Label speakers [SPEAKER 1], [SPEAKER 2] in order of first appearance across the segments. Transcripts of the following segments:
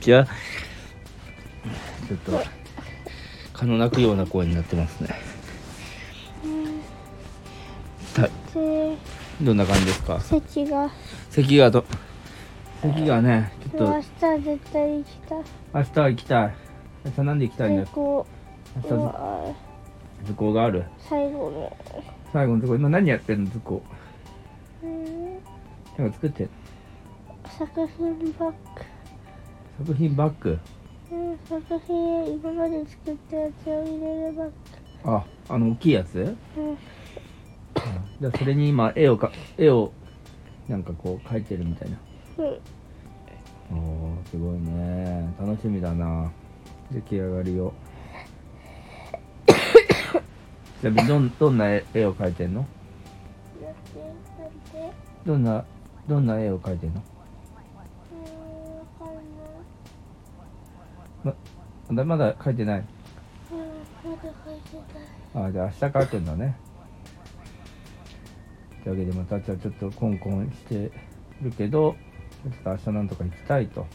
[SPEAKER 1] きはちょっと蚊の鳴くような声になってますねはい
[SPEAKER 2] で
[SPEAKER 1] どんな感じですか
[SPEAKER 2] 席が
[SPEAKER 1] 咳がと咳がねちょ
[SPEAKER 2] 明
[SPEAKER 1] っと
[SPEAKER 2] 日絶対行きたい
[SPEAKER 1] 明日は行きたい明日なんで行きたいんだ
[SPEAKER 2] 最高
[SPEAKER 1] 明
[SPEAKER 2] う
[SPEAKER 1] 日
[SPEAKER 2] わ
[SPEAKER 1] 図工がある
[SPEAKER 2] 最後の
[SPEAKER 1] 最後の図工今何やってんの図工
[SPEAKER 2] うん
[SPEAKER 1] なんか作ってんの
[SPEAKER 2] 作品バッ
[SPEAKER 1] 作品バッグ
[SPEAKER 2] グうん作品今まで作ったやつを入れるバッ
[SPEAKER 1] ああの大きいやつ
[SPEAKER 2] グうん
[SPEAKER 1] じゃあそれに今絵をか絵をなんかこう描いてるみたいな
[SPEAKER 2] うん
[SPEAKER 1] おーすごいね楽しみだな出来上がりをちなみにどんどんな絵絵を描いてんの
[SPEAKER 2] だってだって
[SPEAKER 1] どんなどんな絵を描いてんの
[SPEAKER 2] うんわかんない
[SPEAKER 1] まだまだ描いてない
[SPEAKER 2] うんまだ書いてない
[SPEAKER 1] あじゃあ明日描くんだねというわけでまたじゃあちょっとコンコンしてるけどちょっと明日なんとか行きたいと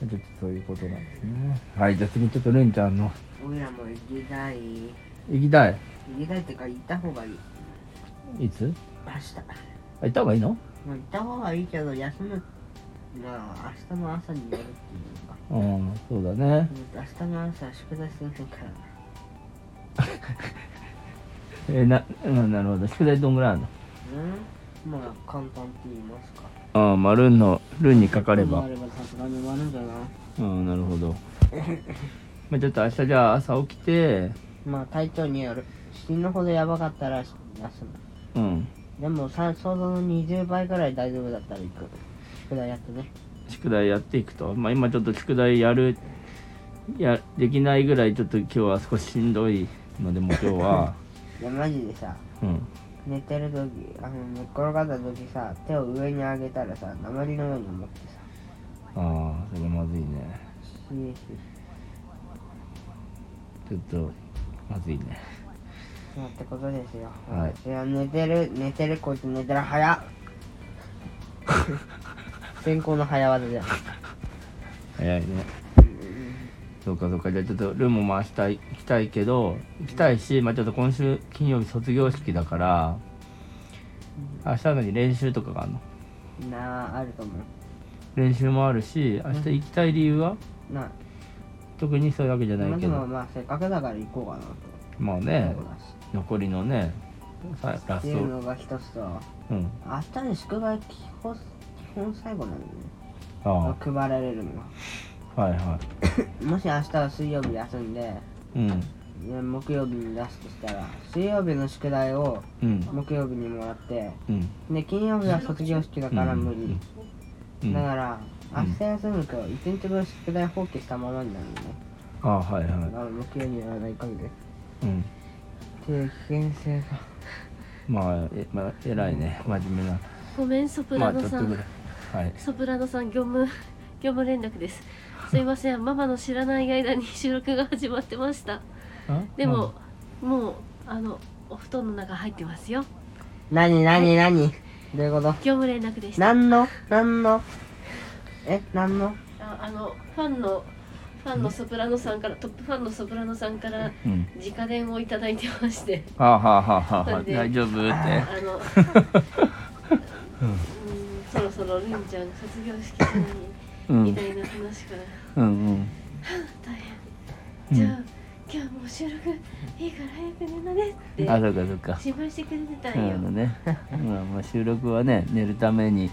[SPEAKER 1] ちょっとそういうことなんですねはいじゃあ次ちょっとるんちゃんの
[SPEAKER 3] 俺らも行きたい行
[SPEAKER 1] 行きたい
[SPEAKER 3] きたいってか行った方がいい
[SPEAKER 1] いつ
[SPEAKER 3] 明日
[SPEAKER 1] あ行った方がいいの
[SPEAKER 3] まあ行った方がいいけど休むまあ明日の朝にやるっていうか
[SPEAKER 1] うんそうだね
[SPEAKER 3] 明日の朝宿題するから
[SPEAKER 1] えーな、うん、なるほど宿題どんぐらいある
[SPEAKER 3] うんまあ簡単って言いますか
[SPEAKER 1] のああまあルンのルンにかかれ
[SPEAKER 3] あ
[SPEAKER 1] ば
[SPEAKER 3] ればさすがに終わるんじゃない
[SPEAKER 1] うんなるほどまあちょっと明日じゃあ朝起きて
[SPEAKER 3] まあ体調による死ぬほどやばかったら休
[SPEAKER 1] う
[SPEAKER 3] む
[SPEAKER 1] ん
[SPEAKER 3] でもさ想像の20倍ぐらい大丈夫だったら行く宿題やってね
[SPEAKER 1] 宿題やっていくとまあ今ちょっと宿題やるやできないぐらいちょっと今日は少ししんどいのでもう今日 は
[SPEAKER 3] いやマジでさ
[SPEAKER 1] うん
[SPEAKER 3] 寝てる時あの寝っ転がった時さ手を上に上げたらさ鉛のように思ってさ
[SPEAKER 1] ああそれまずいね
[SPEAKER 3] 死ぬし
[SPEAKER 1] ちょっとまずいね
[SPEAKER 3] そうってことですよ
[SPEAKER 1] はい
[SPEAKER 3] 私は寝てる寝てるこいつ寝てる早 っ先行の早技じゃん
[SPEAKER 1] 早いねそうかそうかじゃあちょっとルーもまあ明日行きたいけど行きたいし、まあ、ちょっと今週金曜日卒業式だから明日のに練習とかがあるの
[SPEAKER 3] なああると思
[SPEAKER 1] 練習もあるし明日行きたい理由は
[SPEAKER 3] うな
[SPEAKER 1] 特にそういうわけじゃな
[SPEAKER 3] まあ
[SPEAKER 1] いけ
[SPEAKER 3] でも
[SPEAKER 1] ど
[SPEAKER 3] まあせっかくだから行こうかなと
[SPEAKER 1] まあね
[SPEAKER 3] そうだし
[SPEAKER 1] 残りのねさラ
[SPEAKER 3] って
[SPEAKER 1] ス
[SPEAKER 3] い
[SPEAKER 1] ト
[SPEAKER 3] うのが一つと
[SPEAKER 1] うん
[SPEAKER 3] 明日に宿題基本基本最後なんでね
[SPEAKER 1] あ
[SPEAKER 3] 配られるのは
[SPEAKER 1] あはいは
[SPEAKER 3] もし明日は水曜日休んで
[SPEAKER 1] いうん
[SPEAKER 3] ね木曜日に出すとしたら水曜日の宿題を
[SPEAKER 1] うん
[SPEAKER 3] 木曜日にもらって
[SPEAKER 1] うん
[SPEAKER 3] で金曜日は卒業式だから無理、
[SPEAKER 1] うん
[SPEAKER 3] だ
[SPEAKER 1] あ
[SPEAKER 3] から
[SPEAKER 1] うん
[SPEAKER 3] 明日休むと1日分宿題放棄したままになるのね、
[SPEAKER 1] あはい
[SPEAKER 3] だ
[SPEAKER 1] は
[SPEAKER 3] から木曜日にやらない限りっ
[SPEAKER 1] いうん
[SPEAKER 3] ていう危険性が
[SPEAKER 1] まあえ、まあ、偉いね真面目な
[SPEAKER 4] ごめんソプ
[SPEAKER 1] ま
[SPEAKER 4] ラ
[SPEAKER 1] あち
[SPEAKER 4] ノ
[SPEAKER 1] ょっ
[SPEAKER 4] さ
[SPEAKER 1] と
[SPEAKER 4] ん、
[SPEAKER 1] ぐらいはい
[SPEAKER 4] ソプラノさん業務 業務連絡ですすいませんママの知らない間に収録が始まってました
[SPEAKER 1] あ
[SPEAKER 4] でも、もうあのお布団の中入ってますよ
[SPEAKER 3] 何何何どういうこと
[SPEAKER 4] 業務連絡でした
[SPEAKER 3] 何の何のえ何の
[SPEAKER 4] ああのファンのファンのソプラノさんからトップファンのソプラノさんから
[SPEAKER 1] うん
[SPEAKER 4] 直電をいただいてまして
[SPEAKER 1] はあはあはあはあ
[SPEAKER 4] それで
[SPEAKER 1] 大丈夫 って
[SPEAKER 4] あ の、うん、そろそろりんちゃん卒業式中
[SPEAKER 1] う
[SPEAKER 4] にみ
[SPEAKER 1] ん
[SPEAKER 4] たいな話から、
[SPEAKER 1] うん
[SPEAKER 4] 大変
[SPEAKER 1] うん
[SPEAKER 4] じゃあ今日もう収録いいから早く寝なねって
[SPEAKER 1] うんあそうかそうか
[SPEAKER 4] 心配してくれてた
[SPEAKER 1] そうんな
[SPEAKER 4] よ、
[SPEAKER 1] のね まあまあ収録はね寝るために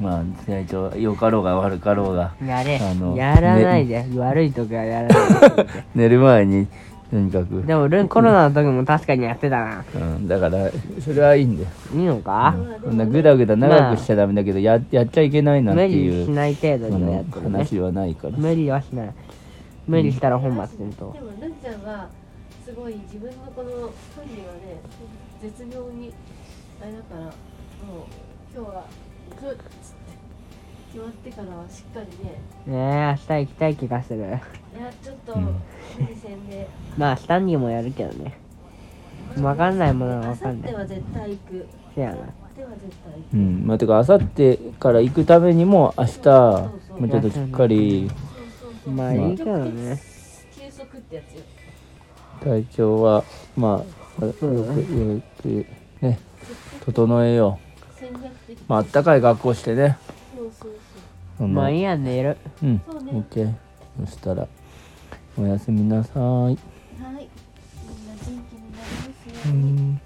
[SPEAKER 1] まあ体調良かろうが悪かろう が
[SPEAKER 3] やれ
[SPEAKER 1] あの
[SPEAKER 3] やらないで、悪い時はや らないで
[SPEAKER 1] 寝る前にとにかく、
[SPEAKER 3] でもルンコロナの時も確かにやってたな
[SPEAKER 1] うん、だからそれはいいんだよ
[SPEAKER 3] いいのか、
[SPEAKER 1] そんなぐだぐだ長くしちゃダメだけど、ややっちゃいけないなって
[SPEAKER 3] 無理
[SPEAKER 1] い
[SPEAKER 3] し
[SPEAKER 1] う
[SPEAKER 3] ない程度
[SPEAKER 1] そ
[SPEAKER 3] にはや
[SPEAKER 1] の
[SPEAKER 3] ってるね
[SPEAKER 1] 話はないから
[SPEAKER 3] 無理はしない無理したら本末転
[SPEAKER 4] で
[SPEAKER 3] 倒
[SPEAKER 4] もるんちゃんはすごい自分のこの本人はね絶妙にあれだからもう今日は行くっつって決まってからはしっかりね
[SPEAKER 3] ねえ明日行きたい気がする
[SPEAKER 4] いやちょっと
[SPEAKER 1] うん
[SPEAKER 4] 無理せんで
[SPEAKER 3] まあ明日にもやるけどねわかんないものはわかんない
[SPEAKER 4] 明後日は絶対行く
[SPEAKER 3] せやな
[SPEAKER 4] ては絶対行く
[SPEAKER 1] うんまあてかあさってから行くためにも明日もうちょっとしっかり
[SPEAKER 4] そうそうそう
[SPEAKER 3] まあいいけどね。
[SPEAKER 4] 休息ってやつよ
[SPEAKER 1] 体調はまあよくよくね整えよ
[SPEAKER 4] 戦略的
[SPEAKER 1] うまああったかい学校してね
[SPEAKER 4] そうそう
[SPEAKER 1] その
[SPEAKER 3] まあいいや、寝る。
[SPEAKER 1] うん
[SPEAKER 4] そうね
[SPEAKER 1] OK そしたらおやすみなさい
[SPEAKER 4] そうはいみんな元気になりますよう
[SPEAKER 1] う
[SPEAKER 4] に
[SPEAKER 1] ん